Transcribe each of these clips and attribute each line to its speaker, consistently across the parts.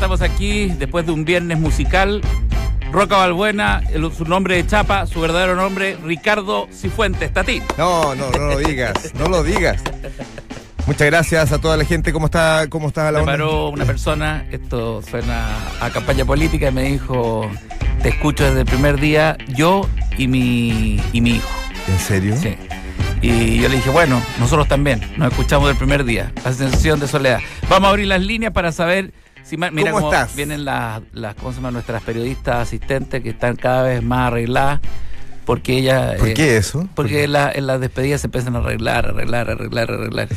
Speaker 1: Estamos aquí después de un viernes musical. Roca Balbuena, el- su nombre de chapa, su verdadero nombre, Ricardo Cifuentes Tatí.
Speaker 2: No, no, no lo digas, no lo digas. Muchas gracias a toda la gente. ¿Cómo está, cómo está
Speaker 1: Me
Speaker 2: la onda?
Speaker 1: paró una persona, esto suena a campaña política, y me dijo, te escucho desde el primer día, yo y mi, y mi hijo.
Speaker 2: ¿En serio?
Speaker 1: Sí. Y yo le dije, bueno, nosotros también, nos escuchamos del primer día, la sensación de soledad. Vamos a abrir las líneas para saber si ma- mira
Speaker 2: ¿Cómo
Speaker 1: cómo
Speaker 2: estás?
Speaker 1: vienen las, las ¿cómo se llama? nuestras periodistas asistentes que están cada vez más arregladas porque ellas
Speaker 2: ¿Por
Speaker 1: eh,
Speaker 2: qué eso?
Speaker 1: porque en, la- en las despedidas se empiezan a arreglar, arreglar, arreglar, arreglar.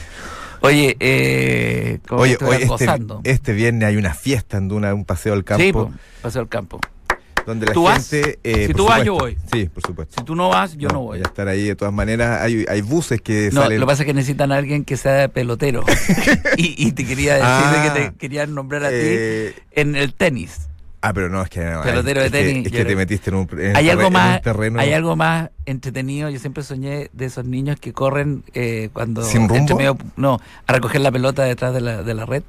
Speaker 1: Oye, eh, como
Speaker 2: Oye,
Speaker 1: que
Speaker 2: hoy
Speaker 1: estuvieran
Speaker 2: este,
Speaker 1: gozando.
Speaker 2: este viernes hay una fiesta en Duna, un paseo al campo,
Speaker 1: Sí, po, paseo al campo.
Speaker 2: donde la
Speaker 1: ¿Tú vas?
Speaker 2: gente. eh,
Speaker 1: Si
Speaker 2: por
Speaker 1: tú vas, yo
Speaker 2: supuesto. Sí, por supuesto.
Speaker 1: Si tú no vas, yo no, voy.
Speaker 2: Voy a estar ahí de todas maneras. Hay, hay buses que
Speaker 1: No,
Speaker 2: salen.
Speaker 1: lo que pasa es que necesitan a alguien que sea pelotero. y, y te quería decir
Speaker 2: Ah.
Speaker 1: que te querían nombrar a
Speaker 2: Eh,
Speaker 1: ti en el tenis.
Speaker 2: Ah, pero no, es que no.
Speaker 1: Pelotero
Speaker 2: es
Speaker 1: de
Speaker 2: que-
Speaker 1: tenis,
Speaker 2: es que,
Speaker 1: yo
Speaker 2: te
Speaker 1: creo.
Speaker 2: metiste en un, en
Speaker 1: Hay
Speaker 2: un
Speaker 1: algo
Speaker 2: terre- en
Speaker 1: más,
Speaker 2: un terreno.
Speaker 1: hay algo más entretenido. Yo siempre soñé de esos niños que corren eh, cuando
Speaker 2: ¿Sin rumbo?
Speaker 1: entre medio- no, a recoger la pelota detrás de la, de la red.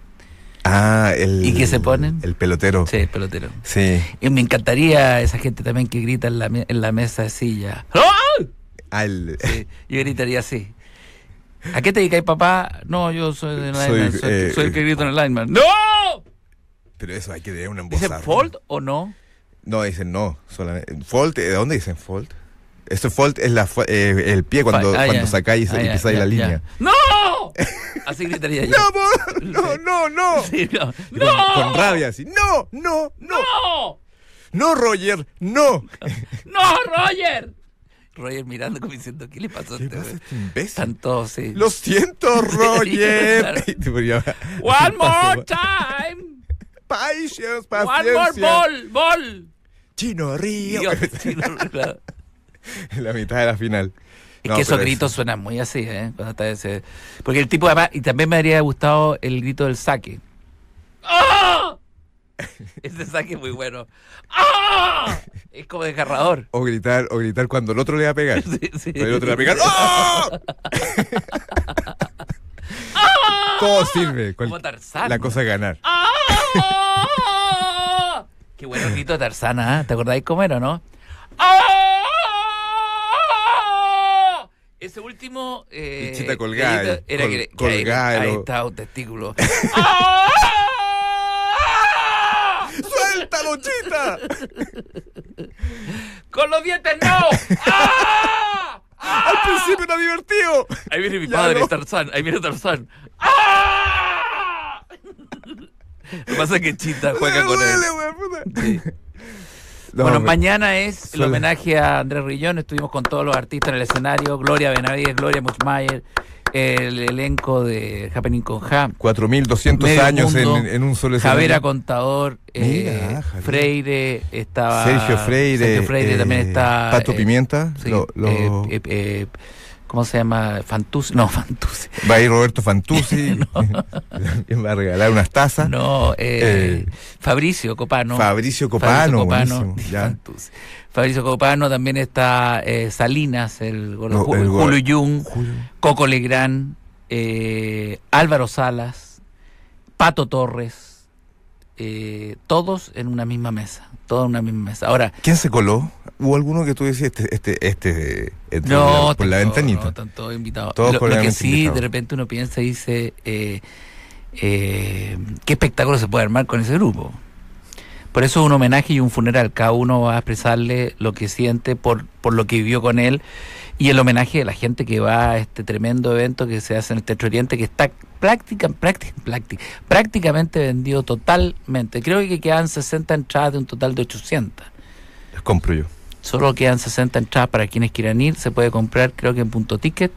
Speaker 2: Ah, el.
Speaker 1: ¿Y qué se ponen?
Speaker 2: El pelotero.
Speaker 1: Sí, pelotero.
Speaker 2: Sí.
Speaker 1: Y me encantaría esa gente también que grita en la, me- en la mesa de silla.
Speaker 2: Ah, el-
Speaker 1: Sí, yo gritaría así. ¿A qué te dedicáis, papá? No, yo soy de
Speaker 2: Soy,
Speaker 1: lineman. Soy,
Speaker 2: eh,
Speaker 1: soy el que grito en el lineman. ¡No!
Speaker 2: Pero eso hay que tener una
Speaker 1: ¿Dice
Speaker 2: emboscada.
Speaker 1: fold o no?
Speaker 2: No, dicen no. Solamente. Fold, ¿de dónde dicen fold? Eso fold es la, fu- eh, el pie cuando,
Speaker 1: Fa- ah,
Speaker 2: cuando
Speaker 1: ya.
Speaker 2: sacáis
Speaker 1: Ah,
Speaker 2: y
Speaker 1: ya,
Speaker 2: pisáis
Speaker 1: ya, ya.
Speaker 2: la línea.
Speaker 1: ¡No! Así gritaría yo.
Speaker 2: ¡No, po! no, no! no.
Speaker 1: Sí, no.
Speaker 2: Y Con,
Speaker 1: ¡No!
Speaker 2: con rabia así. ¡No, no, no!
Speaker 1: ¡No!
Speaker 2: ¡No, Roger! ¡No!
Speaker 1: ¡No, Roger! Roger mirando como diciendo, ¿qué le pasó a
Speaker 2: ¿Qué
Speaker 1: este
Speaker 2: pasa
Speaker 1: güey?
Speaker 2: este imbécil?
Speaker 1: Están todos, sí.
Speaker 2: ¡Lo siento,
Speaker 1: Claro.
Speaker 2: Roger! Y te ponía-
Speaker 1: One
Speaker 2: un paso,
Speaker 1: more time!
Speaker 2: Patience,
Speaker 1: One more
Speaker 2: paciencia.
Speaker 1: ball, ball.
Speaker 2: Chino Río.
Speaker 1: Dios, sí, no, claro.
Speaker 2: la mitad de la final.
Speaker 1: Es
Speaker 2: No,
Speaker 1: que esos
Speaker 2: pero
Speaker 1: gritos suenan muy así, ¿eh? Cuando está ese- Porque el tipo, además, y también me habría gustado el grito del saque. ¡Ah! Ese saque es muy bueno. ¡Ah! Es como desgarrador.
Speaker 2: O gritar, o gritar cuando el otro le va a pegar.
Speaker 1: Sí, sí.
Speaker 2: Pero el otro le va a pegar. ¡Oh! Todo sirve. Cual-
Speaker 1: ¡Ah! Como Tarzán.
Speaker 2: la cosa es ganar.
Speaker 1: ¡Ah! Qué bueno el grito de Tarzana, ¿eh? ¿te acordáis cómo era, no? ¡Ah! Ese último. Eh,
Speaker 2: Pichita colgada,
Speaker 1: grito Era
Speaker 2: col-
Speaker 1: que, que
Speaker 2: colgada,
Speaker 1: ahí, ahí
Speaker 2: lo-
Speaker 1: estaba un testículo. ¡Ah!
Speaker 2: ¡Suéltalo, chita!
Speaker 1: ¡Con los dientes no! ¡Ah!
Speaker 2: Al principio era divertido.
Speaker 1: Ahí viene mi
Speaker 2: Ya
Speaker 1: padre,
Speaker 2: no.
Speaker 1: Tarzán. Ahí viene Tarzán. ¡Ah! Lo que pasa es que Chita juega
Speaker 2: Me
Speaker 1: con él.
Speaker 2: duele, weón, puta.
Speaker 1: Sí.
Speaker 2: No,
Speaker 1: bueno,
Speaker 2: me-
Speaker 1: mañana es el
Speaker 2: Suele-
Speaker 1: homenaje a Andrés Rillón. Estuvimos con todos los artistas en el escenario. Gloria Benavides, Gloria Muchmayer, el elenco de Happening con Ja.
Speaker 2: 4.200
Speaker 1: Medio
Speaker 2: años
Speaker 1: mundo,
Speaker 2: en, en un solo
Speaker 1: Javera
Speaker 2: escenario.
Speaker 1: Contador, eh,
Speaker 2: Mira, Javier.
Speaker 1: Freire, estaba...
Speaker 2: Sergio Freire.
Speaker 1: Sergio Freire
Speaker 2: eh,
Speaker 1: también está...
Speaker 2: Pato
Speaker 1: eh,
Speaker 2: Pimienta.
Speaker 1: sí,
Speaker 2: lo- lo-
Speaker 1: eh, eh, eh, ¿Cómo se llama? Fantuzzi. No, Fantuzzi.
Speaker 2: va a ir Roberto Fantuzzi. va a regalar unas tazas.
Speaker 1: No, eh,
Speaker 2: Ah, Eh,
Speaker 1: Fabricio Copano.
Speaker 2: Fabricio Copano.
Speaker 1: Fabricio
Speaker 2: buenísimo, ya.
Speaker 1: Fantuzzi. Fabricio Copano, también está eh, Salinas, el gordo
Speaker 2: No,
Speaker 1: Ju-
Speaker 2: el gordo.
Speaker 1: Julio Jung,
Speaker 2: Julio.
Speaker 1: Coco Legrand, eh, Álvaro Salas, Pato Torres, eh, todos en una misma mesa, todos en una misma mesa. Ahora,
Speaker 2: ¿Quién se coló? ¿Hubo alguno que tú decías este, este, este, entró
Speaker 1: no,
Speaker 2: por la
Speaker 1: están todos-
Speaker 2: ventanita?
Speaker 1: no, están todos invitados.
Speaker 2: Todos
Speaker 1: lo,
Speaker 2: por
Speaker 1: lo
Speaker 2: la
Speaker 1: que
Speaker 2: venta
Speaker 1: sí,
Speaker 2: invitados.
Speaker 1: de repente uno piensa y dice, eh, eh, ¿qué espectáculo se puede armar con ese grupo? Por eso es un homenaje y un funeral. Cada uno va a expresarle lo que siente por, por lo que vivió con él y el homenaje de la gente que va a este tremendo evento que se hace en el Teatro Oriente, que está práctica, práctica, práctica, prácticamente vendido totalmente. Creo que quedan 60 entradas de un total de 800.
Speaker 2: Las compro yo.
Speaker 1: Solo quedan 60 entradas para quienes quieran ir. Se puede comprar, creo que en Punto Ticket.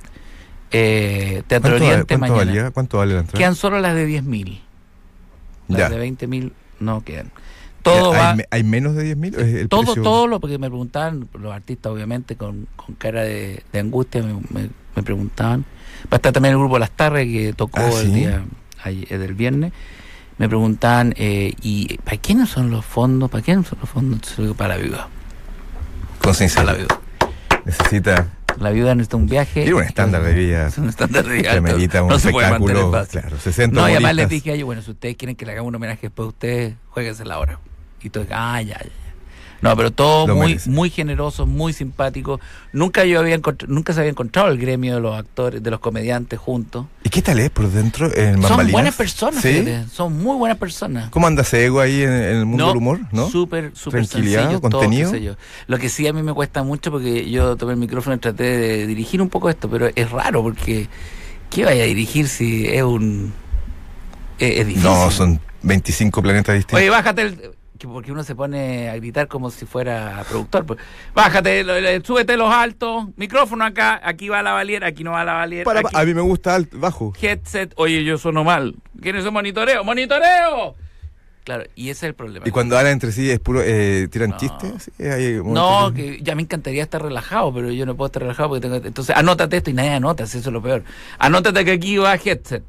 Speaker 1: Eh, Teatro
Speaker 2: ¿Cuánto,
Speaker 1: Oriente
Speaker 2: cuánto
Speaker 1: mañana.
Speaker 2: valía? ¿Cuánto vale la entrada?
Speaker 1: Quedan solo las de 10.000. Las
Speaker 2: Ya.
Speaker 1: de 20.000 no quedan. Todo
Speaker 2: ¿Hay,
Speaker 1: va.
Speaker 2: me- hay menos de 10 mil?
Speaker 1: todo, todo lo. Porque me preguntaban, los artistas, obviamente, con, con cara de, de angustia, me, me- me preguntaban. Va a estar también el grupo Las Tardes que tocó
Speaker 2: Ah,
Speaker 1: el
Speaker 2: ¿sí?
Speaker 1: día ayer- eh, del viernes. Me preguntaban, eh, ¿y para quiénes son los fondos? ¿Para quiénes son los fondos? Entonces, yo digo, Para la viuda.
Speaker 2: Con
Speaker 1: Para la
Speaker 2: sinceridad.
Speaker 1: viuda.
Speaker 2: Necesita
Speaker 1: La viuda necesita un viaje.
Speaker 2: Tiene un estándar de vida.
Speaker 1: Es un estándar de vida.
Speaker 2: Que
Speaker 1: Eh, alto.
Speaker 2: amerita un
Speaker 1: no se puede mantener
Speaker 2: espectáculo.
Speaker 1: fácil.
Speaker 2: Claro, 60
Speaker 1: No, y además les
Speaker 2: humoristas.
Speaker 1: dije a ellos, bueno, si ustedes quieren que le hagamos un homenaje después, ustedes jueguense la hora. Y todo, ah, ya, ya, ya. No, pero todo
Speaker 2: Lo
Speaker 1: muy,
Speaker 2: merecen.
Speaker 1: muy generoso, muy simpático. Nunca yo había encontr- nunca se había encontrado el gremio de los actores, de los comediantes juntos.
Speaker 2: ¿Y qué tal es por dentro en
Speaker 1: Son
Speaker 2: bambalinas?
Speaker 1: buenas personas,
Speaker 2: ¿Sí?
Speaker 1: fíjate, son muy buenas personas.
Speaker 2: ¿Cómo anda ese ego ahí en, en el mundo del humor? ¿no?
Speaker 1: Súper, súper
Speaker 2: Tranquilidad,
Speaker 1: sencillo,
Speaker 2: contenido.
Speaker 1: Todo, qué sé yo. Lo que sí a mí me cuesta mucho porque yo tomé el micrófono y traté de dirigir un poco esto, pero es raro porque ¿qué vaya a dirigir si es un es, es difícil?
Speaker 2: No, son 25 planetas distintos.
Speaker 1: Oye, bájate el que porque uno se pone a gritar como si fuera productor. pues. Bájate, lo- lo- súbete los altos, micrófono acá, aquí va la valier, aquí no va la valier.
Speaker 2: Para-
Speaker 1: aquí-
Speaker 2: a mí me gusta alto, bajo.
Speaker 1: headset, oye, yo sueno mal. ¿Quién es el monitoreo? ¡Monitoreo! Claro, y ese es el problema.
Speaker 2: Y cuando hablan entre sí es puro, eh, tiran
Speaker 1: No.
Speaker 2: chistes. Sí, hay
Speaker 1: No,
Speaker 2: momentos
Speaker 1: que ya me encantaría estar relajado, pero yo no puedo estar relajado porque tengo. Entonces, anótate esto y nadie anota, si eso es lo peor. Anótate que aquí va headset.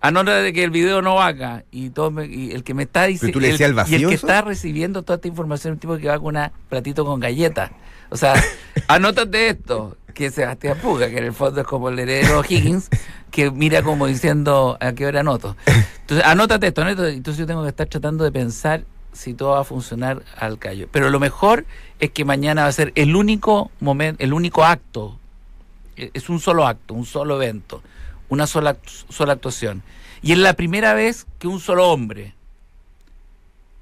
Speaker 1: Anótate que el video no va acá. Y, todo me- y el que me está
Speaker 2: Pero
Speaker 1: diciendo.
Speaker 2: tú le decías al vacío
Speaker 1: Y el que
Speaker 2: eso.
Speaker 1: está recibiendo toda esta información, el tipo que va con un platito con galletas. O sea, anótate esto, que Sebastián Puga, que en el fondo es como el heredero Higgins, que mira como diciendo a qué hora anoto. Entonces, anótate esto, anótate. Entonces, yo tengo que estar tratando de pensar si todo va a funcionar al callo. Pero lo mejor es que mañana va a ser el único momento, el único acto. E- Es un solo acto, un solo evento, una sola, act- sola actuación. Y es la primera vez que un solo hombre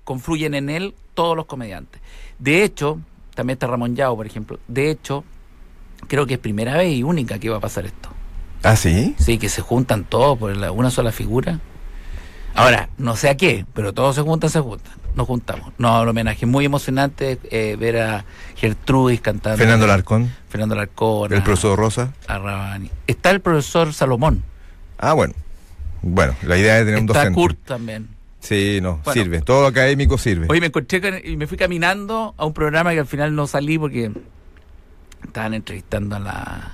Speaker 1: confluyen en él todos los comediantes. De hecho, también está Ramón Yao, por ejemplo. De hecho, creo que es primera vez y única que va a pasar esto.
Speaker 2: ¿Ah, sí?
Speaker 1: Sí, que se juntan todos por la- una sola figura. Ahora, no sé a qué, pero todos se juntan, se juntan. Nos juntamos. No, el homenaje muy emocionante eh, ver a Gertrudis cantando.
Speaker 2: Fernando Larcón,
Speaker 1: Fernando Alarcón,
Speaker 2: el
Speaker 1: a-
Speaker 2: profesor Rosa.
Speaker 1: a Rabani. Está el profesor Salomón.
Speaker 2: Ah, bueno. Bueno, la idea es tener un
Speaker 1: Está
Speaker 2: docente.
Speaker 1: Kurt también.
Speaker 2: Sí, no,
Speaker 1: Bueno.
Speaker 2: sirve. Todo lo académico sirve.
Speaker 1: Oye, me encontré con- y me fui caminando a un programa que al final no salí porque estaban entrevistando a la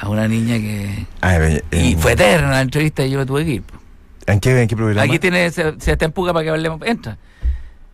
Speaker 1: a una niña que
Speaker 2: Ah, en-
Speaker 1: y
Speaker 2: en-
Speaker 1: fue eterna la entrevista y yo me tuve que ir. po.
Speaker 2: ¿En qué, en qué programa?
Speaker 1: Aquí tiene Se- Sebastián Puga para que hablemos. Entra.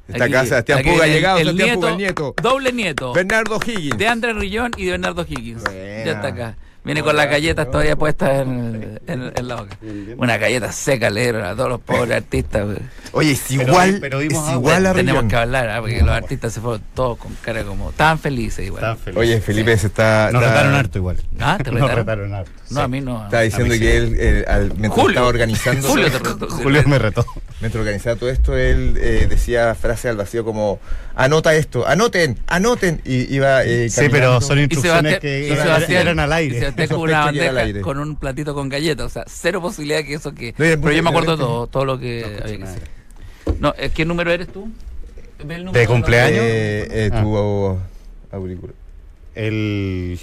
Speaker 2: Está
Speaker 1: Aquí-
Speaker 2: acá Sebastián
Speaker 1: aquí
Speaker 2: Puga, ha
Speaker 1: el-
Speaker 2: llegado
Speaker 1: el
Speaker 2: Sebastián Puga, el
Speaker 1: nieto,
Speaker 2: nieto.
Speaker 1: Doble nieto.
Speaker 2: Bernardo Higgins.
Speaker 1: De Andrés Rillón y de Bernardo Higgins.
Speaker 2: Buena.
Speaker 1: Ya está acá. Viene con las galletas todavía puestas en, en- en la boca. Una galleta seca, le dieron a todos los
Speaker 2: Eh.
Speaker 1: pobres artistas. pues. po.
Speaker 2: Oye, es
Speaker 3: Pero-
Speaker 2: igual,
Speaker 3: pero dimos
Speaker 2: es
Speaker 3: agua.
Speaker 2: igual a
Speaker 1: Pues, ah, Tenemos
Speaker 2: Rillón.
Speaker 1: que hablar, ¿ah? porque los artistas se fueron todos con cara como tan felices igual.
Speaker 3: Está feliz.
Speaker 2: Oye, Felipe se está,
Speaker 3: nos
Speaker 2: está-
Speaker 3: retaron harto igual.
Speaker 1: Ah, ¿te
Speaker 3: Nos
Speaker 1: retaron?
Speaker 3: retaron harto.
Speaker 1: No,
Speaker 3: sí.
Speaker 1: a mí no.
Speaker 2: está diciendo
Speaker 3: A mí sí.
Speaker 2: que él, él, al- mientras
Speaker 1: Julio.
Speaker 2: estaba organizando
Speaker 1: Julio te retó.
Speaker 3: Julio me retó.
Speaker 2: mientras organizaba todo esto, él eh, decía frases al vacío como anota esto, anoten, anoten y iba eh,
Speaker 3: Sí, pero
Speaker 2: caminando.
Speaker 3: son
Speaker 1: Y Sebastián,
Speaker 3: instrucciones que
Speaker 1: y Sebastián-
Speaker 3: eran al
Speaker 1: y
Speaker 3: aire.
Speaker 1: Sebastián
Speaker 2: Yo
Speaker 1: con una
Speaker 2: sospecho que era al
Speaker 1: bandeja
Speaker 2: aire.
Speaker 1: con un platito con galletas. O sea, cero posibilidad que eso que.
Speaker 2: No, y el
Speaker 1: pero yo me acuerdo
Speaker 2: realmente-
Speaker 1: todo, todo lo que había que hacer. No, eh, ¿qué número eres tú? Ve el número
Speaker 3: ¿De
Speaker 1: los-
Speaker 3: cumpleaños?
Speaker 2: Eh, eh,
Speaker 3: Ah.
Speaker 2: tu aurícula.
Speaker 3: El.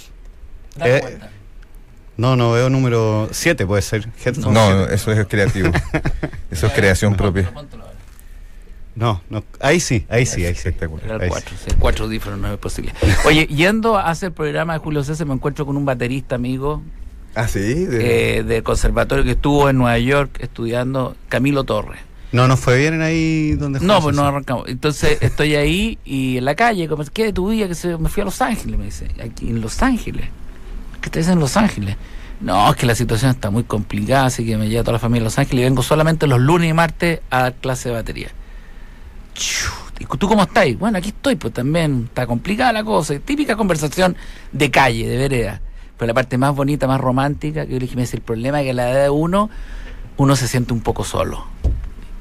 Speaker 1: Dame
Speaker 3: Eh,
Speaker 1: vuelta.
Speaker 3: No, no veo número 7, puede ser.
Speaker 2: No,
Speaker 3: Headphone
Speaker 2: no, eh.
Speaker 3: siete.
Speaker 2: eso es creativo. Eso es
Speaker 1: Ya,
Speaker 2: creación
Speaker 1: póntelo,
Speaker 2: propia.
Speaker 1: póntelo ahora.
Speaker 3: no, no. Ahí sí, ahí sí, ahí sí.
Speaker 2: Espectacular.
Speaker 1: Era el
Speaker 3: Ahí
Speaker 1: 4, cuatro diferentes no es posible. Oye, yendo hacia el programa de Julio César, me encuentro con un baterista amigo
Speaker 2: Ah, sí, de-
Speaker 1: eh, del conservatorio que estuvo en Nueva York estudiando, Camilo Torres.
Speaker 3: No nos fue bien en ahí donde
Speaker 1: No,
Speaker 3: jugamos
Speaker 1: pues no
Speaker 3: eso.
Speaker 1: arrancamos. Entonces estoy ahí y en la calle, como, ¿qué de tu vida? Que se, me fui a Los Ángeles, me dice. Aquí, en Los Ángeles. ¿Qué te dicen en Los Ángeles? No, es que la situación está muy complicada, así que me lleva toda la familia a Los Ángeles y vengo solamente los lunes y martes a dar clase de batería. Chiu, ¿Y tú cómo estás? Bueno, aquí estoy, pues también está complicada la cosa. Típica conversación de calle, de vereda. Pero la parte más bonita, más romántica, que yo le dije, me dice, el problema es que a la edad de uno, uno se siente un poco solo.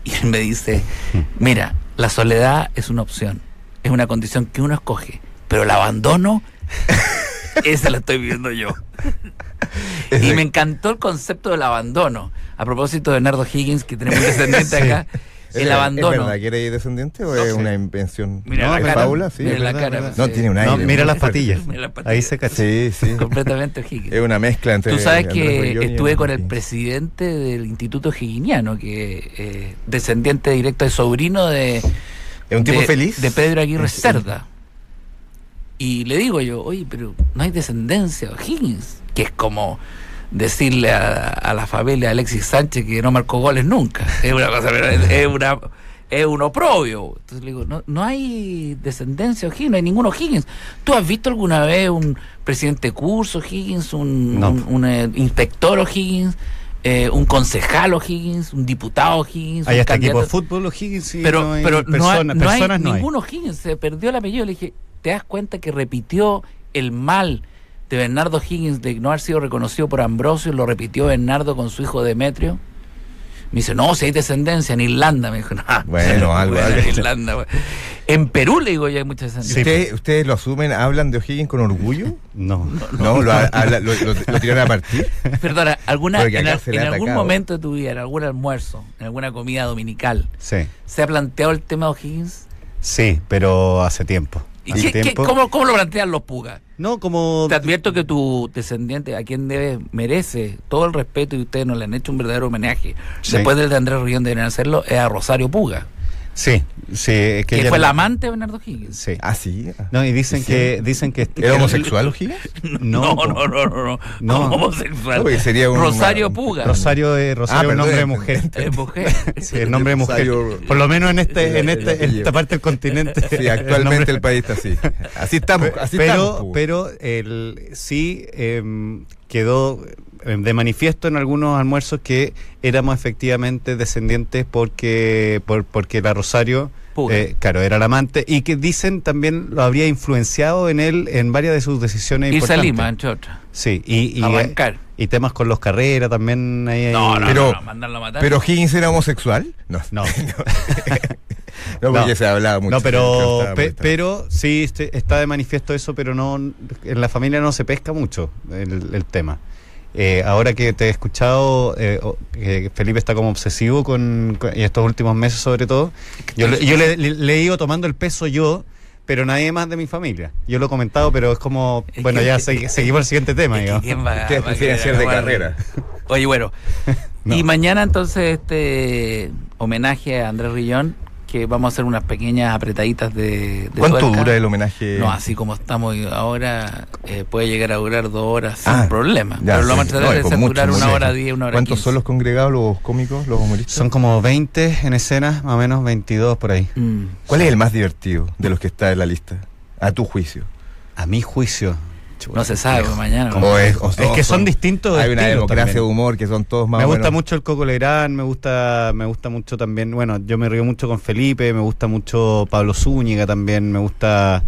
Speaker 1: Y él me dice, mira, la soledad es una opción, es una condición que uno escoge, pero el abandono, esa la estoy viviendo yo. Y me encantó el concepto del abandono. A propósito de Bernardo Higgins, que tenemos un descendiente acá,
Speaker 2: ¿Es
Speaker 1: el
Speaker 2: verdad- ¿Es
Speaker 1: abandono.
Speaker 2: verdad que eres descendiente o
Speaker 3: No
Speaker 2: es
Speaker 3: sé.
Speaker 2: una invención?
Speaker 1: Mira
Speaker 3: No,
Speaker 1: la
Speaker 3: es
Speaker 1: cara.
Speaker 2: Paula, sí,
Speaker 1: mira
Speaker 3: es
Speaker 1: la
Speaker 3: verdad,
Speaker 1: cara.
Speaker 3: es verdad.
Speaker 2: No, tiene un
Speaker 3: No,
Speaker 2: aire.
Speaker 3: mira las
Speaker 2: muy fuerte.
Speaker 3: patillas.
Speaker 1: Mira las patillas.
Speaker 3: Ahí se cacha.
Speaker 2: Sí, sí.
Speaker 1: Completamente
Speaker 2: Es
Speaker 1: Higgins.
Speaker 2: una mezcla entre.
Speaker 1: Tú sabes
Speaker 2: Andrés
Speaker 1: que
Speaker 2: Bello y
Speaker 1: estuve con el
Speaker 2: Higgins.
Speaker 1: presidente del Instituto Higginiano, que eh, descendiente directo, es sobrino de,
Speaker 2: Es un tipo
Speaker 1: de-
Speaker 2: feliz.
Speaker 1: De Pedro Aguirre
Speaker 2: Sí.
Speaker 1: Cerda. Y le digo yo, oye, pero no hay descendencia, Higgins, que es como decirle a, a la familia de Alexis Sánchez que no marcó goles nunca. Es una cosa, pero es, es una, es es un oprobio. Entonces le digo, no, no hay descendencia O'Higgins, no hay ninguno O'Higgins. ¿Tú has visto alguna vez un presidente de curso O'Higgins, un,
Speaker 3: No.
Speaker 1: un- un, eh, inspector O'Higgins, eh, un concejal O'Higgins, un diputado O'Higgins?
Speaker 3: Hay
Speaker 1: un
Speaker 3: hasta equipo de
Speaker 1: candidato-
Speaker 3: fútbol, O'Higgins, y
Speaker 1: pero,
Speaker 3: no hay
Speaker 1: pero no, hay-
Speaker 3: persona-
Speaker 1: no hay,
Speaker 3: personas no hay.
Speaker 1: ninguno Higgins, se perdió el apellido. Le dije, ¿te das cuenta que repitió el mal de Bernardo Higgins de no haber sido reconocido por Ambrosio? Lo repitió Bernardo con su hijo Demetrio. Me dice, no, si hay descendencia en Irlanda. Me dijo, no,
Speaker 2: Bueno, algo,
Speaker 1: en
Speaker 2: algo.
Speaker 1: Irlanda, güey. En Perú, le digo, ya hay mucha descendencia.
Speaker 2: ¿Ustedes, ustedes lo asumen, hablan de O'Higgins con orgullo?
Speaker 3: No.
Speaker 2: No, lo, habla- lo, lo- lo tiraron a partir.
Speaker 1: Perdona, alguna,
Speaker 2: Porque
Speaker 1: en,
Speaker 2: acá
Speaker 1: al-
Speaker 2: se le
Speaker 1: en
Speaker 2: ha
Speaker 1: algún
Speaker 2: atacado.
Speaker 1: momento de tu vida, en algún almuerzo, en alguna comida dominical,
Speaker 3: Sí.
Speaker 1: ¿se ha planteado el tema de O'Higgins?
Speaker 3: Sí, pero hace tiempo.
Speaker 1: ¿Y
Speaker 3: Hace
Speaker 1: qué- qué-
Speaker 3: tiempo.
Speaker 1: cómo, cómo lo plantean los pugas?
Speaker 3: No, como.
Speaker 1: Te advierto que tu descendiente, a quien debe, merece todo el respeto y ustedes nos le han hecho un verdadero homenaje.
Speaker 3: Sí.
Speaker 1: Después del de Andrés Rillón deberían hacerlo, es a Rosario Puga,
Speaker 3: Sí, sí. es
Speaker 1: que,
Speaker 3: ella
Speaker 1: fue
Speaker 3: no-
Speaker 1: la amante de Bernardo Higgins.
Speaker 3: Sí.
Speaker 2: Ah, sí.
Speaker 3: No, y dicen
Speaker 2: Sí.
Speaker 3: que. Dicen que
Speaker 2: ¿Era homosexual O'Higgins?
Speaker 3: No,
Speaker 1: no, no, no, no, no,
Speaker 3: No.
Speaker 1: Como homosexual.
Speaker 2: No, porque sería un-
Speaker 1: Rosario
Speaker 2: un-
Speaker 1: Puga.
Speaker 3: Rosario, eh, Rosario es
Speaker 2: Ah, perdón,
Speaker 3: nombre de
Speaker 2: entendí.
Speaker 3: mujer.
Speaker 1: Es mujer.
Speaker 3: Sí,
Speaker 2: eh,
Speaker 3: el nombre de mujer.
Speaker 2: Rosario-
Speaker 3: Por lo menos en este,
Speaker 2: El- el
Speaker 3: en este, en
Speaker 2: apellido.
Speaker 3: esta parte del continente.
Speaker 2: Sí,
Speaker 3: el nombre-
Speaker 2: actualmente el país está así. Así estamos, así estamos.
Speaker 3: pero
Speaker 2: po.
Speaker 3: pero el, sí em, quedó em, de manifiesto en algunos almuerzos que éramos efectivamente descendientes porque por, porque la Rosario
Speaker 1: Puga.
Speaker 3: eh, claro era la amante y que dicen también lo habría influenciado en él en varias de sus decisiones
Speaker 1: Irse a
Speaker 3: importantes
Speaker 1: Lima, entre otras.
Speaker 3: sí y eh, y,
Speaker 1: Arrancar.
Speaker 3: y temas con los carreras también ahí, ahí-
Speaker 1: no, no,
Speaker 2: pero-
Speaker 1: no, no, mandarlo a matar.
Speaker 2: ¿Pero Higgins era homosexual? No.
Speaker 3: No.
Speaker 2: No, porque
Speaker 3: No.
Speaker 2: se hablaba mucho.
Speaker 3: No, pero,
Speaker 2: Estaba
Speaker 3: pe-
Speaker 2: molestando.
Speaker 3: pero sí este- está de manifiesto eso, pero no en la familia no se pesca mucho el, el tema. Eh, ahora que te he escuchado, eh, o- que Felipe está como obsesivo con, con- y estos últimos meses sobre todo. Yo, le, yo le- le- le he ido tomando el peso yo, pero nadie más de mi familia. Yo lo he comentado, pero es como,
Speaker 1: Es
Speaker 3: bueno,
Speaker 1: que-
Speaker 3: ya se- seguimos al siguiente tema.
Speaker 1: Es que
Speaker 3: digamos.
Speaker 1: ¿quién va-
Speaker 2: Ustedes
Speaker 1: va a
Speaker 2: prefieren
Speaker 1: querer
Speaker 2: Ah, ser de
Speaker 1: aguar-
Speaker 2: carrera.
Speaker 1: Oye, bueno.
Speaker 3: No.
Speaker 1: Y mañana entonces este homenaje a Andrés Rillón, que vamos a hacer unas pequeñas apretaditas de... de
Speaker 2: ¿Cuánto
Speaker 1: tuerca.
Speaker 2: dura el homenaje?
Speaker 1: No, así como estamos ahora, eh, puede llegar a durar dos horas sin
Speaker 2: Ah,
Speaker 1: problema.
Speaker 2: Ya,
Speaker 1: Pero lo
Speaker 2: sí.
Speaker 1: vamos a
Speaker 2: No,
Speaker 1: tratar
Speaker 2: y
Speaker 1: de
Speaker 2: con
Speaker 1: hacer
Speaker 2: mucho,
Speaker 1: durar una
Speaker 2: mucho.
Speaker 1: hora diez, una hora
Speaker 2: ¿Cuántos son los
Speaker 1: 15.
Speaker 2: congregados, los cómicos, los humoristas?
Speaker 3: Son como 20 en escenas, más o menos 22 por ahí.
Speaker 1: Mm.
Speaker 2: ¿Cuál es el más divertido de los que está en la lista? A tu juicio.
Speaker 3: A mi juicio.
Speaker 1: No se sabe pues, mañana.
Speaker 2: Como
Speaker 1: ¿no?
Speaker 2: es, o
Speaker 3: Es que son distintos.
Speaker 2: Hay una
Speaker 3: estilos
Speaker 2: democracia
Speaker 3: también.
Speaker 2: de humor que son todos más
Speaker 3: Me
Speaker 2: o
Speaker 3: gusta
Speaker 2: menos-
Speaker 3: mucho el Coco Legrand, me gusta, me gusta mucho también, bueno, yo me río mucho con Felipe, me gusta mucho Pablo Zúñiga también, me gusta,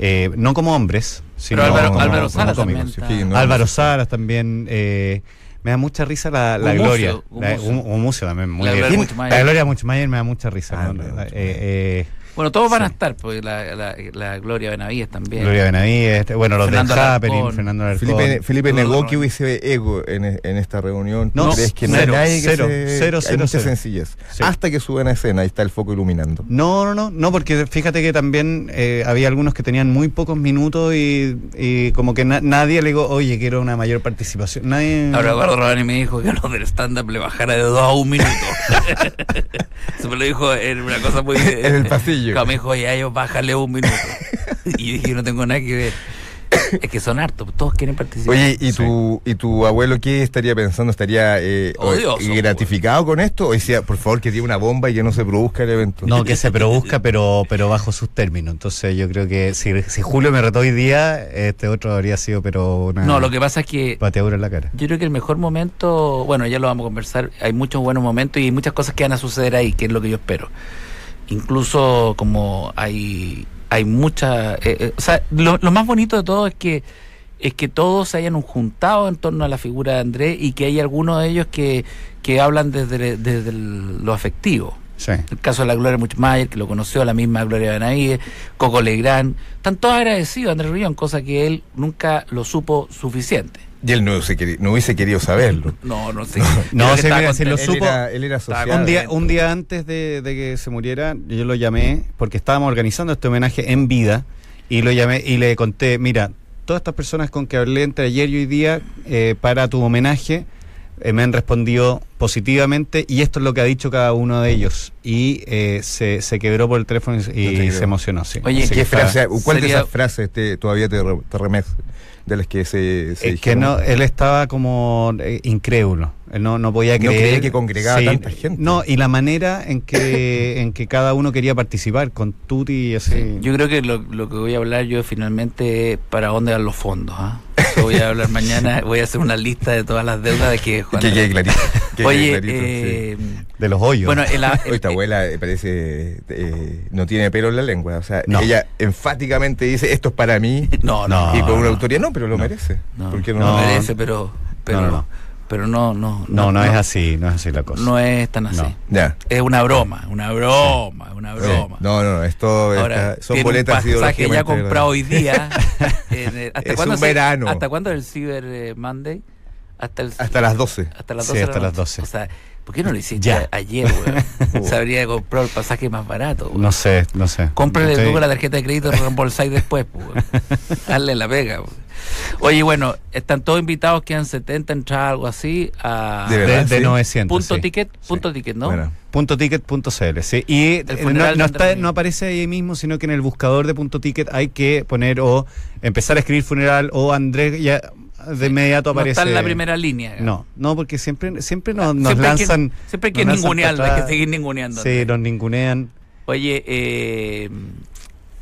Speaker 3: eh, no como hombres, sino
Speaker 1: Pero Álvaro-
Speaker 3: como,
Speaker 1: Álvaro
Speaker 3: como
Speaker 1: Salas
Speaker 3: cómicos.
Speaker 1: también.
Speaker 2: Sí, no,
Speaker 3: Álvaro
Speaker 2: no sé.
Speaker 3: Salas también, eh, me da mucha risa la, la
Speaker 1: Gumucio,
Speaker 3: gloria. La-
Speaker 1: Gumucio.
Speaker 3: Gum- Gumucio también, muy
Speaker 1: La
Speaker 3: bien.
Speaker 1: gloria
Speaker 3: ¿Quién?
Speaker 1: Muchmayer.
Speaker 3: La gloria Muchmayer me da mucha risa.
Speaker 2: Ah,
Speaker 3: ¿no?
Speaker 2: la gloria
Speaker 3: Eh, eh,
Speaker 1: Bueno, todos van a
Speaker 3: Sí.
Speaker 1: estar, porque la, la- la Gloria Benavides también.
Speaker 3: Gloria Benavides, este, bueno, los
Speaker 1: Fernando
Speaker 3: del
Speaker 1: Alarcón.
Speaker 3: Happening, Fernando Alarcón.
Speaker 2: Felipe, Felipe
Speaker 1: No,
Speaker 2: negó
Speaker 1: no.
Speaker 2: que hubiese ego en, e-, en esta reunión. ¿Tú
Speaker 3: No,
Speaker 2: crees que
Speaker 3: cero,
Speaker 2: no hay nadie que
Speaker 3: cero,
Speaker 2: se-
Speaker 3: cero,
Speaker 2: hay
Speaker 3: cero,
Speaker 2: mucha
Speaker 3: cero.
Speaker 2: sencillez.
Speaker 3: Sí.
Speaker 2: Hasta que suben a escena, ahí está el foco iluminando.
Speaker 3: No, no, no, no, porque fíjate que también eh, había algunos que tenían muy pocos minutos y, y como que na- nadie le digo, oye, quiero una mayor participación. Nadie.
Speaker 1: Ahora Eduardo Rodani me dijo que a los del stand-up le bajara de dos a un minuto. Se me lo dijo en una cosa muy...
Speaker 2: En el pasillo.
Speaker 1: Claro, Me dijo, oye, a ellos bájale un minuto. Y yo dije, no tengo nada que ver. Es que son hartos, todos quieren participar.
Speaker 2: Oye, ¿y, tu, ¿y tu abuelo qué estaría pensando? ¿Estaría eh, o-
Speaker 3: pues.
Speaker 1: Odioso,
Speaker 2: gratificado con esto? ¿O decía, por favor, que tiene una bomba y que no se produzca el evento?
Speaker 3: No, que se produzca, pero, pero bajo sus términos. Entonces yo creo que si, si Julio me retó hoy día, este otro habría sido, pero una
Speaker 1: No, lo que pasa es que
Speaker 3: pateadura en la cara.
Speaker 1: yo creo que el mejor momento, bueno, ya lo vamos a conversar, hay muchos buenos momentos y muchas cosas que van a suceder ahí, que es lo que yo espero. Incluso como hay, hay mucha... eh, eh, o sea, lo, lo más bonito de todo es que es que todos se hayan juntado en torno a la figura de Andrés y que hay algunos de ellos que, que hablan desde, desde el- lo afectivo.
Speaker 3: Sí.
Speaker 1: El caso de la Gloria Muchmayer, que lo conoció, la misma Gloria Benavides, Coco Legrand. Están todos agradecidos a Andrés Rillón, cosa que él nunca lo supo suficiente.
Speaker 2: Y él no, se queri- no hubiese querido saberlo.
Speaker 1: No, no sé.
Speaker 3: No,
Speaker 1: Creo que
Speaker 3: sí,
Speaker 1: estaba
Speaker 3: mira, sí lo
Speaker 1: contento.
Speaker 2: él
Speaker 3: supo.
Speaker 2: Era, él era social.
Speaker 3: Un día, un día antes de, de que se muriera, yo lo llamé porque estábamos organizando este homenaje en vida y lo llamé y le conté, mira, todas estas personas con que hablé entre ayer y hoy día eh, para tu homenaje eh, me han respondido positivamente y esto es lo que ha dicho cada uno de ellos. Y eh, se, se quebró por el teléfono y, y
Speaker 2: creo.
Speaker 3: se emocionó. sí.
Speaker 1: Oye,
Speaker 3: Así
Speaker 2: ¿Qué
Speaker 3: que está-
Speaker 2: frase, ¿Cuál de
Speaker 1: sería-
Speaker 2: esas frases te- todavía te, re- te remece de las que se, se
Speaker 3: Es que
Speaker 2: dijeron?
Speaker 3: no, él estaba como eh, incrédulo. Él no, no podía
Speaker 2: No
Speaker 3: creer.
Speaker 2: creía que congregaba tanta gente.
Speaker 3: No, y la manera en que, en que cada uno quería participar con Tuti y así.
Speaker 1: Yo creo que lo, lo que voy a hablar yo finalmente es para dónde van los fondos. ¿ah? Eso voy a hablar mañana, voy a hacer una lista de todas las deudas de que Juan.
Speaker 2: Que quede
Speaker 3: eh,
Speaker 2: clarito. que quede
Speaker 1: Oye,
Speaker 2: clarito, sí.
Speaker 1: eh,
Speaker 3: de los hoyos.
Speaker 1: bueno, el, el-
Speaker 2: Oye, esta abuela eh, parece eh, no tiene pelo en la lengua. O sea,
Speaker 3: No.
Speaker 2: ella enfáticamente dice esto es para mí
Speaker 1: no, no,
Speaker 3: No,
Speaker 2: y con una
Speaker 3: no.
Speaker 2: autoría no, pero lo merece.
Speaker 1: no,
Speaker 2: ¿Por qué
Speaker 1: no
Speaker 3: no?
Speaker 1: merece, pero, pero,
Speaker 3: No, no, no.
Speaker 1: pero no, no,
Speaker 3: no, no, es así, no es así la cosa.
Speaker 1: No es tan así.
Speaker 3: No.
Speaker 2: Ya.
Speaker 1: Es una broma, una broma, una
Speaker 2: Sí.
Speaker 1: broma.
Speaker 2: No, no, esto
Speaker 1: Ahora,
Speaker 2: está- son
Speaker 1: tiene
Speaker 2: boletas
Speaker 1: un pasaje ya
Speaker 2: ideológicamente
Speaker 1: comprado hoy día. en el- ¿hasta
Speaker 2: Es
Speaker 1: cuándo
Speaker 2: un
Speaker 1: se-
Speaker 2: verano.
Speaker 1: ¿Hasta cuándo es el Cyber eh, Monday? Hasta, el,
Speaker 2: Hasta las 12.
Speaker 1: hasta las
Speaker 3: Sí,
Speaker 1: 12. de la
Speaker 3: hasta las
Speaker 1: noche.
Speaker 3: 12.
Speaker 1: O sea, ¿por qué no lo hiciste
Speaker 3: Ya.
Speaker 1: ayer, weón? Se habría comprado el pasaje más barato, weón.
Speaker 3: No sé, no sé.
Speaker 1: Cómprale
Speaker 3: Sí.
Speaker 1: tú con la tarjeta de crédito, reembolsáis después, pues, weón. Hazle la pega, weón. Oye, bueno, están todos invitados, quedan 70 entradas, algo así, a
Speaker 2: De
Speaker 3: de,
Speaker 2: ¿verdad?
Speaker 3: de
Speaker 2: Sí.
Speaker 3: 900.
Speaker 1: punto
Speaker 3: sí.
Speaker 1: ticket, punto ticket, ¿no?
Speaker 2: Bueno.
Speaker 3: Punto ticket punto CL, sí. Y eh, no,
Speaker 1: funeral
Speaker 3: no
Speaker 1: de
Speaker 3: está-
Speaker 1: Andrónico.
Speaker 3: no aparece ahí mismo, sino que en el buscador de punto ticket hay que poner o empezar a escribir funeral o Andrés ya de inmediato
Speaker 1: no
Speaker 3: aparece.
Speaker 1: está en la primera línea. weón.
Speaker 3: No, no, porque siempre, siempre nos, nos
Speaker 1: Eh. siempre hay que-
Speaker 3: lanzan.
Speaker 1: siempre hay que
Speaker 3: nos lanzan
Speaker 1: ningunearlo,
Speaker 3: para
Speaker 1: hay que
Speaker 3: atrás.
Speaker 1: seguir ninguneando.
Speaker 3: Sí, nos ningunean.
Speaker 1: Oye, eh,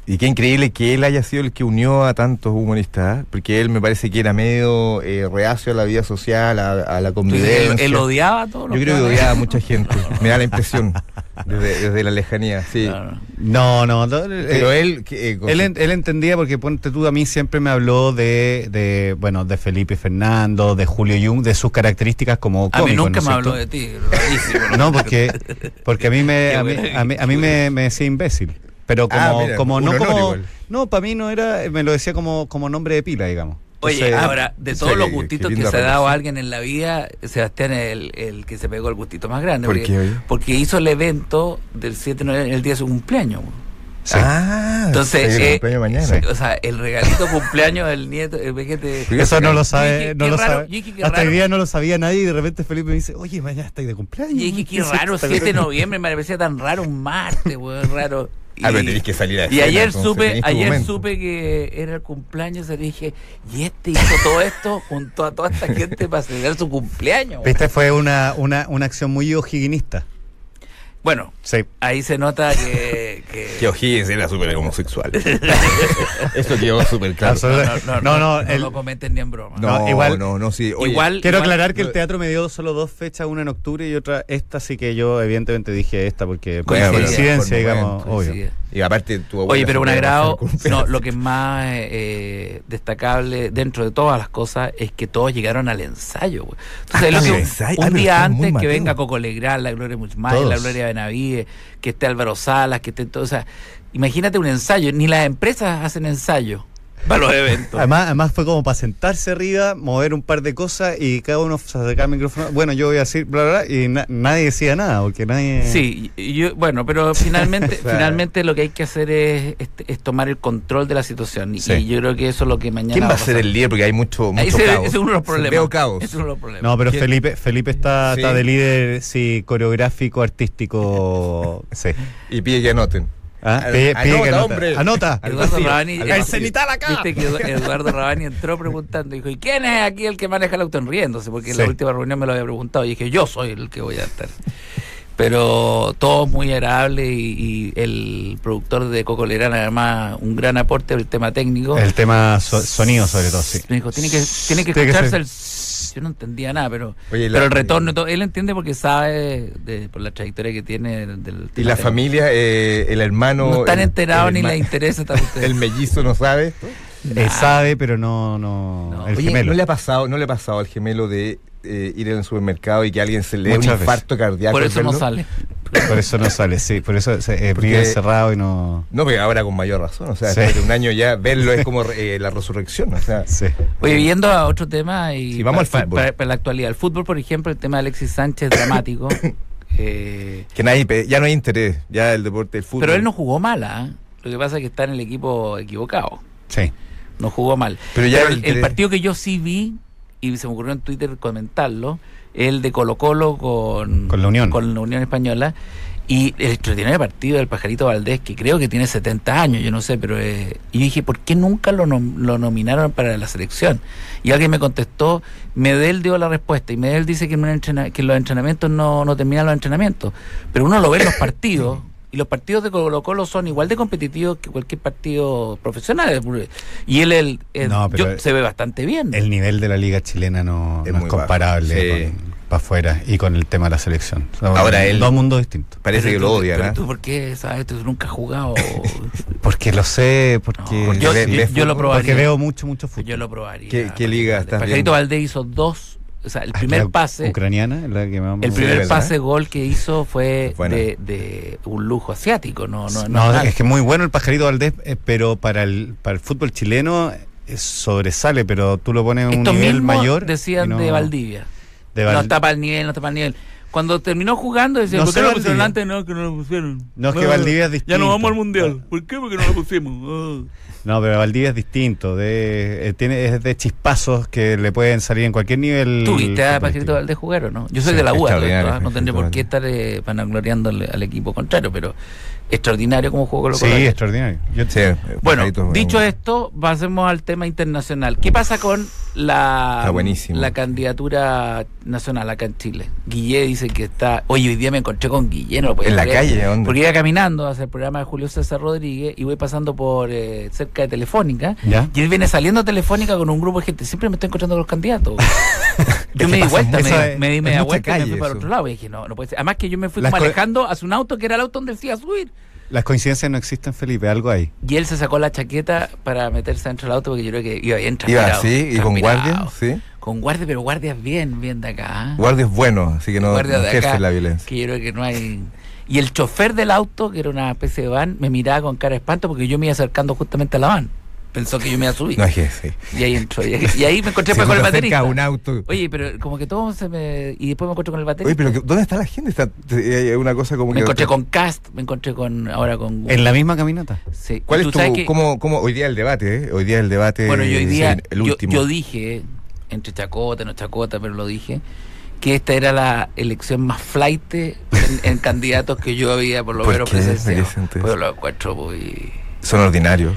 Speaker 2: Y qué increíble que él haya sido el que unió a tantos humoristas, ¿eh? porque él me parece que era medio eh, reacio a la vida social, a, a la
Speaker 1: ¿tú dices
Speaker 2: convivencia.
Speaker 1: él, él odiaba a todos
Speaker 2: Yo
Speaker 1: los
Speaker 2: creo que
Speaker 1: planes?
Speaker 2: odiaba a mucha gente, me da la impresión, desde, desde la lejanía, sí.
Speaker 1: No, no.
Speaker 3: No, no. no,
Speaker 2: Pero
Speaker 3: eh,
Speaker 2: él... que, eh, con
Speaker 3: él,
Speaker 2: su-
Speaker 3: en- él entendía porque ponte tú a mí siempre me habló de, de bueno de Felipe Fernando, de Julio Jung, de sus características como
Speaker 1: A
Speaker 3: cómico.
Speaker 1: mí nunca
Speaker 3: ¿no es
Speaker 1: me habló
Speaker 3: cierto?
Speaker 1: de ti, rarísimo,
Speaker 3: No, porque, porque a mí me,
Speaker 1: Qué
Speaker 3: a mí,
Speaker 1: buena.
Speaker 3: a mí, a mí me, me decía imbécil. Pero como,
Speaker 2: Ah, mira,
Speaker 3: como
Speaker 2: un
Speaker 3: no
Speaker 2: honor
Speaker 3: como.
Speaker 2: igual.
Speaker 3: No, para mí no era. Me lo decía como, como nombre de pila, digamos.
Speaker 1: Oye,
Speaker 3: Entonces,
Speaker 1: ahora, de
Speaker 2: o sea,
Speaker 1: todos los
Speaker 2: que-
Speaker 1: gustitos
Speaker 2: que
Speaker 1: que,
Speaker 2: linda
Speaker 1: se ha dado
Speaker 2: relación.
Speaker 1: a alguien en la vida, Sebastián es el, el que se pegó el gustito más grande.
Speaker 2: ¿Por
Speaker 1: porque,
Speaker 2: qué, oye?
Speaker 1: porque hizo el evento del 7 de noviembre, el día de su cumpleaños.
Speaker 3: sí.
Speaker 2: Ah,
Speaker 1: Entonces,
Speaker 2: el
Speaker 1: eh,
Speaker 2: cumpleaños mañana.
Speaker 1: sí, o sea, el regalito cumpleaños del nieto, el vejete.
Speaker 2: Sí,
Speaker 3: Eso no lo
Speaker 1: Yo
Speaker 3: sabe,
Speaker 1: dije,
Speaker 3: no
Speaker 1: qué
Speaker 3: lo
Speaker 1: raro,
Speaker 3: sabe.
Speaker 1: yo dije, qué
Speaker 3: Hasta el
Speaker 1: raro.
Speaker 3: día no lo sabía nadie y de repente Felipe me dice, oye, mañana estáis de cumpleaños.
Speaker 1: Y dije, qué raro, 7 de noviembre, me parecía tan raro un martes, weón, raro. Y,
Speaker 2: Ah, pero tenés que salir a
Speaker 1: y
Speaker 2: escena,
Speaker 1: ayer
Speaker 2: entonces,
Speaker 1: supe,
Speaker 2: tenés tu
Speaker 1: ayer
Speaker 2: momento.
Speaker 1: supe que era el cumpleaños, y dije, y este hizo todo esto junto a toda esta gente para celebrar su cumpleaños. weón.
Speaker 3: Viste, fue una, una, una acción muy ojiginista.
Speaker 1: Bueno,
Speaker 3: Sí.
Speaker 1: ahí se nota que, que-
Speaker 2: Que O'Higgins era súper homosexual. Eso quedó súper claro.
Speaker 3: Absoluta-
Speaker 1: no, no, no, no
Speaker 3: el-
Speaker 1: lo comenten ni en broma.
Speaker 2: No, igual,
Speaker 3: No, igual-
Speaker 2: no, no, sí. Oye,
Speaker 1: igual,
Speaker 3: Quiero
Speaker 1: igual-
Speaker 3: aclarar que
Speaker 2: no-
Speaker 3: el teatro me dio solo dos fechas, una en octubre y otra esta, así que yo evidentemente dije esta porque
Speaker 1: Coincidencia.
Speaker 3: coincidencia,
Speaker 2: Por
Speaker 3: digamos,
Speaker 2: momento,
Speaker 3: obvio.
Speaker 1: Sí.
Speaker 2: Y aparte tu abuela
Speaker 1: Oye, pero un
Speaker 2: siempre
Speaker 1: agrado,
Speaker 2: va a ser
Speaker 1: no,
Speaker 2: cumpleaños.
Speaker 1: lo que es más eh, eh, destacable dentro de todas las cosas es que todos llegaron al ensayo. güey. Entonces, lo
Speaker 2: Ah,
Speaker 1: que
Speaker 2: el
Speaker 1: un-
Speaker 2: ensayo.
Speaker 1: un
Speaker 2: Ah, pero
Speaker 1: día
Speaker 2: están muy
Speaker 1: antes que
Speaker 2: mateos.
Speaker 1: venga Coco Legrand, la Gloria Muchmay, la
Speaker 3: Todos.
Speaker 1: Gloria Benavides, que esté Álvaro Salas, que esté todo, o sea, imagínate un ensayo, ni las empresas hacen ensayo para los eventos.
Speaker 3: Además, además fue como para sentarse arriba, mover un par de cosas y cada uno se acercaba al micrófono. Bueno, yo voy a decir bla bla, bla, y na- nadie decía nada, porque nadie.
Speaker 1: Sí, y yo, bueno, pero finalmente,
Speaker 2: O sea-
Speaker 1: finalmente lo que hay que hacer es, este, es tomar el control de la situación y,
Speaker 3: Sí.
Speaker 1: y yo creo que eso es lo que mañana
Speaker 2: ¿Quién va a
Speaker 1: pasar.
Speaker 2: ser el líder? Porque hay mucho, mucho
Speaker 1: Ahí se-
Speaker 2: caos.
Speaker 1: es uno de los problemas.
Speaker 2: Veo caos.
Speaker 1: Es uno de los problemas.
Speaker 3: No, pero
Speaker 2: ¿Qué?
Speaker 3: Felipe, Felipe está,
Speaker 2: Sí.
Speaker 3: está de líder, sí, coreográfico, artístico, sí.
Speaker 2: Y pide que anoten.
Speaker 3: Ah,
Speaker 2: An-
Speaker 3: pide- pide que
Speaker 2: anota,
Speaker 3: anota.
Speaker 2: hombre.
Speaker 3: Anota.
Speaker 2: Algo
Speaker 1: Eduardo
Speaker 2: así,
Speaker 1: Rabani.
Speaker 2: algo
Speaker 1: El
Speaker 2: así.
Speaker 3: cenital acá.
Speaker 1: Viste que Edu- Eduardo Rabani entró preguntando, dijo, ¿y quién es aquí el que maneja el auto en riéndose? Porque en la
Speaker 3: Sí.
Speaker 1: última reunión me lo había preguntado y dije, yo soy el que voy a estar. Pero todo muy agradable y, y el productor de Coco Lerana, además, un gran aporte del tema técnico.
Speaker 3: El tema so- sonido, sobre todo, sí.
Speaker 1: Me dijo, tiene que, tiene que
Speaker 3: Tiene que
Speaker 1: escucharse
Speaker 3: ser-
Speaker 1: el... s-". Yo no entendía nada, pero,
Speaker 2: Oye, la-
Speaker 1: pero el retorno, y todo, él entiende porque sabe de- por la trayectoria que tiene del, del
Speaker 2: Y
Speaker 1: tema
Speaker 2: la
Speaker 1: técnico.
Speaker 2: familia, eh, el hermano.
Speaker 1: No están
Speaker 2: el-
Speaker 1: enterados
Speaker 2: el
Speaker 1: ni
Speaker 2: herma-
Speaker 1: les interesa. tampoco ustedes.
Speaker 2: El mellizo no sabe.
Speaker 3: Él eh, sabe, pero no, no,
Speaker 1: No.
Speaker 3: el
Speaker 2: Oye,
Speaker 3: gemelo.
Speaker 2: ¿no le ha pasado, no le ha pasado al gemelo de eh, ir al supermercado y que alguien se le dé un
Speaker 3: Muchas veces.
Speaker 2: infarto cardíaco?
Speaker 1: Por
Speaker 2: al
Speaker 1: eso no
Speaker 2: verlo?
Speaker 1: sale.
Speaker 3: Por eso no sale, sí, por eso se, eh,
Speaker 2: Porque-
Speaker 3: vive cerrado y no...
Speaker 2: No, pero ahora con mayor razón. O sea,
Speaker 3: Sí.
Speaker 2: después de un año ya verlo es como eh, la resurrección. O sea,
Speaker 3: Sí.
Speaker 1: Oye, viendo a otro tema y
Speaker 2: Sí, vamos al
Speaker 1: pa- pa-
Speaker 2: fútbol.
Speaker 1: Para, para la actualidad. El fútbol, por ejemplo, el tema de Alexis Sánchez dramático. Eh,
Speaker 2: que nadie, pe- ya no hay interés. Ya el deporte, el fútbol.
Speaker 1: pero él no jugó mala. ¿eh? Lo que pasa es que está en el equipo equivocado.
Speaker 3: Sí.
Speaker 1: No jugó mal.
Speaker 2: Pero ya
Speaker 1: Pero
Speaker 2: el
Speaker 1: el, el
Speaker 2: interés-
Speaker 1: partido que yo sí vi, y se me ocurrió en Twitter comentarlo, el de Colo Colo con,
Speaker 3: Con la Unión.
Speaker 1: con la Unión Española. Y el extraordinario partido del Pajarito Valdés, que creo que tiene 70 años, yo no sé, pero... eh, y yo dije, ¿por qué nunca lo, nom- lo nominaron para la selección? Y alguien me contestó, Medel dio la respuesta, y Medel dice que, en un entrena- que los entrenamientos no, no terminan los entrenamientos, pero uno lo ve en los partidos, y los partidos de Colo Colo son igual de competitivos que cualquier partido profesional. Y él, él, él-
Speaker 3: No, pero
Speaker 1: yo-
Speaker 3: el-
Speaker 1: se ve bastante bien.
Speaker 3: El nivel de la liga chilena no
Speaker 2: Es
Speaker 3: no es,
Speaker 2: muy bajo,
Speaker 3: comparable
Speaker 2: sí.
Speaker 3: para afuera y con el tema de la selección. Son
Speaker 2: Ahora él-
Speaker 3: Dos mundos distintos.
Speaker 2: Parece
Speaker 1: Pero
Speaker 2: que
Speaker 1: tú-
Speaker 2: lo odian,
Speaker 1: pero
Speaker 2: ¿ah?
Speaker 1: tú, ¿por qué sabes? Tú nunca has jugado.
Speaker 3: Porque lo sé, porque,
Speaker 1: No,
Speaker 2: porque
Speaker 1: yo,
Speaker 2: ve-
Speaker 1: yo-
Speaker 2: ve
Speaker 1: yo lo
Speaker 2: fútbol,
Speaker 1: probaría.
Speaker 3: porque veo mucho, mucho fútbol.
Speaker 1: yo lo probaría.
Speaker 2: ¿Qué- qué liga
Speaker 1: Pajarito
Speaker 2: estás
Speaker 1: Valdés.
Speaker 2: viendo?
Speaker 1: Pajarito Valdés hizo dos. O sea, el primer
Speaker 3: La
Speaker 1: pase.
Speaker 3: Ah, Ucraniana es la que más me
Speaker 1: El
Speaker 3: gusta.
Speaker 1: primer
Speaker 2: ¿verdad?
Speaker 1: pase gol que hizo fue
Speaker 2: Buena.
Speaker 1: de, de un lujo asiático, no, no, no,
Speaker 3: No,
Speaker 1: nada.
Speaker 3: es que es muy bueno el pajarito Valdés, eh, pero para el, para el fútbol chileno eh, sobresale, pero tú lo pones en un
Speaker 1: Estos
Speaker 3: nivel
Speaker 1: mismos
Speaker 3: mayor.
Speaker 1: decían
Speaker 3: y no-
Speaker 1: de Valdivia.
Speaker 3: de Val-
Speaker 1: No está para el nivel, no está para el nivel. Cuando terminó jugando, decían,
Speaker 3: No
Speaker 1: ¿por qué
Speaker 3: sé
Speaker 1: no lo pusieron
Speaker 3: Valdivia.
Speaker 1: antes? No, que no lo pusieron. Ah,
Speaker 3: No, es que Valdivia
Speaker 1: Ya
Speaker 3: es distinto. Ah.
Speaker 1: no vamos al mundial. ¿Por qué? Porque no lo pusimos. Ah.
Speaker 3: No, pero Valdivia es distinto, de, eh, tiene, es de chispazos que le pueden salir en cualquier nivel.
Speaker 1: ¿Tuviste a
Speaker 3: futbolístico.
Speaker 1: Pajarito ah, Valdés jugar o no? Yo soy
Speaker 2: Sí,
Speaker 1: de la UA,
Speaker 2: extraordinario,
Speaker 1: no tendré por qué
Speaker 2: Pajarito
Speaker 1: estar eh, vanagloriando al, al equipo contrario, pero extraordinario como jugó Colo
Speaker 3: Sí,
Speaker 1: Colo. ayer.
Speaker 3: extraordinario. Yo-
Speaker 2: Sí, eh,
Speaker 1: Bueno,
Speaker 2: Pajarito es
Speaker 1: dicho
Speaker 2: un-
Speaker 1: esto, pasemos al tema internacional. ¿Qué pasa con la,
Speaker 2: Está buenísimo.
Speaker 1: la candidatura nacional acá en Chile? Guillé dice que está... Oye, hoy día me encontré con Guillé, no lo podía
Speaker 2: En la
Speaker 1: creer.
Speaker 2: calle, ¿dónde?
Speaker 1: Porque iba caminando hacia el programa de Julio César Rodríguez y voy pasando por eh, cerca de Telefónica
Speaker 3: ¿Ya?
Speaker 1: y él viene saliendo a Telefónica con un grupo de gente. Siempre me estoy encontrando con los candidatos. yo me di
Speaker 2: pasa
Speaker 1: vuelta,
Speaker 2: mucho.
Speaker 1: me,
Speaker 2: Eso
Speaker 1: me di
Speaker 2: es-
Speaker 1: media
Speaker 2: es mucha
Speaker 1: vuelta y me
Speaker 2: calle
Speaker 1: fui para
Speaker 2: eso.
Speaker 1: otro lado. Y dije, no, no puede ser. Además que yo me fui
Speaker 3: Las
Speaker 1: como
Speaker 3: co-
Speaker 1: alejando hacia un auto que era el auto donde él se iba a subir.
Speaker 3: Las coincidencias no existen, Felipe, algo ahí.
Speaker 1: Y él se sacó la chaqueta para meterse dentro del auto porque yo creo que iba bien
Speaker 2: Iba
Speaker 1: transpirado.
Speaker 2: así, y con
Speaker 1: transpirado.
Speaker 2: guardias, sí.
Speaker 1: Con guardia, pero guardias bien, bien de acá. ¿eh?
Speaker 2: Guardias buenos, así que no, no
Speaker 1: Guardias de acá,
Speaker 2: ejercen la violencia.
Speaker 1: Que yo creo que no hay... Y el chofer del auto, que era una especie de van, me miraba con cara de espanto porque yo me iba acercando justamente a la van. Pensó que yo me iba a subir.
Speaker 2: No ejerce.
Speaker 1: Y ahí entró. Y, y ahí me encontré
Speaker 2: Se
Speaker 1: pues, con el
Speaker 2: nos
Speaker 1: baterista.
Speaker 2: acerca un auto.
Speaker 1: Oye, pero como que todo se me. Y después me encontré con el baterista.
Speaker 2: Oye, pero que- ¿dónde está la gente? Está, eh, una cosa como
Speaker 1: me
Speaker 2: que...
Speaker 1: encontré con Cast, me encontré con. Ahora con.
Speaker 3: En la misma caminata.
Speaker 1: Sí.
Speaker 2: ¿Cuál
Speaker 1: Y tú
Speaker 2: es tu,
Speaker 1: sabes que-
Speaker 2: cómo, cómo- hoy día el debate, eh? Hoy día el debate...
Speaker 1: Bueno, yo hoy día.
Speaker 2: sí, el
Speaker 1: yo,
Speaker 2: último.
Speaker 1: yo dije, entre chacota, no chacota, pero lo dije, que esta era la elección más flight en, en candidatos que yo había, por lo
Speaker 2: ¿Por
Speaker 1: menos,
Speaker 2: qué?
Speaker 1: presenciado.
Speaker 2: ¿Me sientes?
Speaker 1: Pues los cuatro, pues.
Speaker 2: Son ordinarios.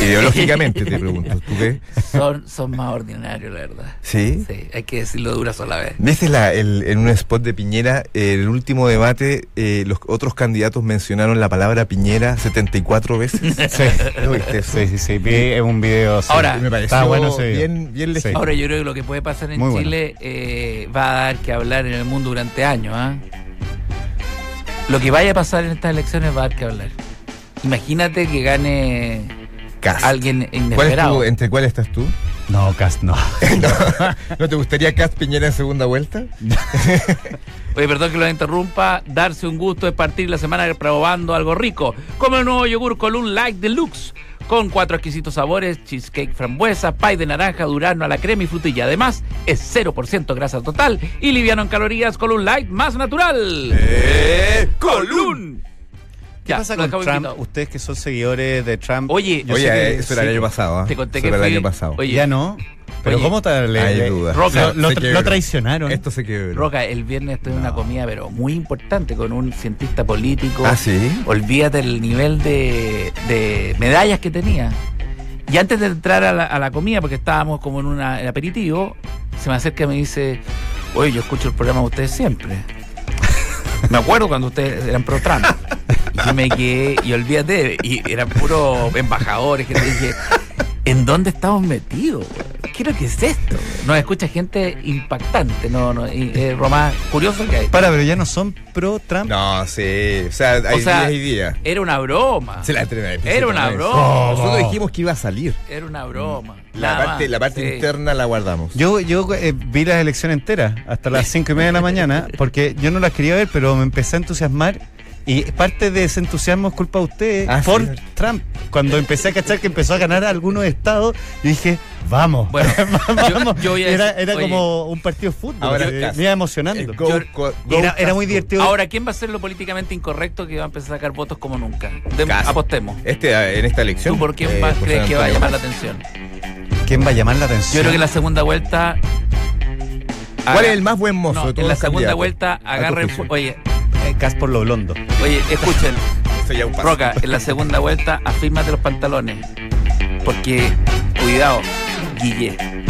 Speaker 2: Ideológicamente te pregunto, ¿tú qué?
Speaker 1: Son, son más ordinarios, la verdad.
Speaker 2: ¿Sí?
Speaker 1: Sí, hay que decirlo de una sola vez.
Speaker 2: ¿Viste la- el- en un spot de Piñera, eh, el último debate, eh, los otros candidatos mencionaron la palabra Piñera 74 veces?
Speaker 3: Sí,
Speaker 2: ¿Lo viste eso?
Speaker 3: sí, sí, sí, vi en un video. sí.
Speaker 1: Ahora,
Speaker 2: Me pareció
Speaker 3: Está bueno ese video.
Speaker 2: bien, bien legítimo.
Speaker 1: Ahora yo creo que lo que puede pasar en
Speaker 3: Muy bueno.
Speaker 1: Chile eh, va a dar que hablar en el mundo durante años. ¿ah? Lo que vaya a pasar en estas elecciones va a dar que hablar. Imagínate que gane
Speaker 2: Cast.
Speaker 1: alguien
Speaker 2: ¿Cuál es
Speaker 1: inesperado.
Speaker 2: tu- ¿Entre cuál estás tú?
Speaker 3: No, Cast, no.
Speaker 2: ¿No te gustaría Cast Piñera en segunda vuelta?
Speaker 1: Oye, perdón que lo interrumpa. Darse un gusto es partir la semana probando algo rico. Como el nuevo yogur Column Light Deluxe. Con cuatro exquisitos sabores, cheesecake frambuesa, pie de naranja, durano a la crema y frutilla. Además, es 0% grasa total y liviano en calorías Column Light más natural.
Speaker 2: Eh,
Speaker 1: Column.
Speaker 3: ¿Qué pasa
Speaker 1: lo
Speaker 3: con
Speaker 1: acabo de
Speaker 3: Trump?
Speaker 1: quitar.
Speaker 3: Ustedes que son seguidores de Trump.
Speaker 1: Oye,
Speaker 3: Yo
Speaker 2: Oye, eh,
Speaker 3: sé que-
Speaker 2: eso era
Speaker 3: sí,
Speaker 2: el año pasado. ¿ah?
Speaker 1: te conté
Speaker 2: Eso
Speaker 1: que
Speaker 2: era el
Speaker 1: fui-
Speaker 2: año pasado.
Speaker 1: oye,
Speaker 3: ya no. Pero
Speaker 1: oye,
Speaker 3: ¿cómo tal?
Speaker 2: Hay dudas.
Speaker 1: Roca,
Speaker 3: lo,
Speaker 2: se
Speaker 3: tra-
Speaker 2: quebró.
Speaker 3: lo traicionaron.
Speaker 2: Esto se quebró.
Speaker 1: Roca, el viernes estoy en una
Speaker 3: No.
Speaker 1: comida, pero muy importante, con un cientista político.
Speaker 2: Ah, sí.
Speaker 1: Olvídate el nivel de, de medallas que tenía. Y antes de entrar a la, a la comida, porque estábamos como en una- el aperitivo, se me acerca y me dice, oye, yo escucho el programa de ustedes siempre. Me acuerdo cuando ustedes eran pro Trump. Y yo me quedé, y olvídate, y eran puros embajadores que le dije, ¿en dónde estamos metidos? güey? ¿Qué es lo que es esto? güey? Nos escucha gente impactante, no, no, y, eh, lo más curioso que hay.
Speaker 3: Para, pero ya no son pro Trump.
Speaker 2: No, sí. O sea, hay
Speaker 1: O sea,
Speaker 2: días y días.
Speaker 1: Era una broma.
Speaker 2: Se la entrena
Speaker 1: Era una broma.
Speaker 2: Nosotros dijimos que iba a salir.
Speaker 1: Era una broma.
Speaker 2: Mm. La
Speaker 1: Nada
Speaker 2: parte,
Speaker 1: más,
Speaker 2: la parte
Speaker 1: sí.
Speaker 2: interna la guardamos.
Speaker 3: Yo, yo eh, vi las elecciones enteras hasta las cinco y media de la mañana porque yo no las quería ver, pero me empecé a entusiasmar y parte de ese entusiasmo es culpa de ustedes
Speaker 2: Ah,
Speaker 3: por
Speaker 2: sí.
Speaker 3: Trump. Cuando empecé a cachar que empezó a ganar algunos estados, yo dije, vamos.
Speaker 1: Bueno,
Speaker 3: vamos.
Speaker 1: yo voy a
Speaker 3: era
Speaker 1: decir-
Speaker 3: era
Speaker 1: oye.
Speaker 3: como un partido de fútbol.
Speaker 2: Ahora
Speaker 3: eh,
Speaker 2: estás-
Speaker 3: me iba emocionando.
Speaker 2: Eh, go-
Speaker 1: Yo-
Speaker 2: go- go-
Speaker 3: era, era muy divertido.
Speaker 1: Ahora, ¿quién va a ser lo políticamente incorrecto que va a empezar a sacar votos como nunca? Dem-
Speaker 2: Cast.
Speaker 1: apostemos.
Speaker 2: Este, en esta elección.
Speaker 1: ¿Tú por quién
Speaker 2: eh,
Speaker 1: más
Speaker 2: José
Speaker 1: crees que va a
Speaker 2: Antonio
Speaker 1: llamar la
Speaker 2: Cast.
Speaker 1: atención?
Speaker 3: ¿Quién va a llamar la atención?
Speaker 1: Yo creo que la segunda vuelta
Speaker 2: ¿Cuál es el más buen mozo?
Speaker 1: No,
Speaker 2: de todos
Speaker 1: en la
Speaker 2: los
Speaker 1: segunda
Speaker 2: candidatos?
Speaker 1: vuelta
Speaker 2: A tu
Speaker 1: agarren.
Speaker 2: juicio.
Speaker 1: Oye,
Speaker 3: Cas por Eh, lo blondo.
Speaker 1: oye, escuchen.
Speaker 2: Eso ya es un paso.
Speaker 1: Roca, en la segunda vuelta afírmate los pantalones. Porque, cuidado, Guille.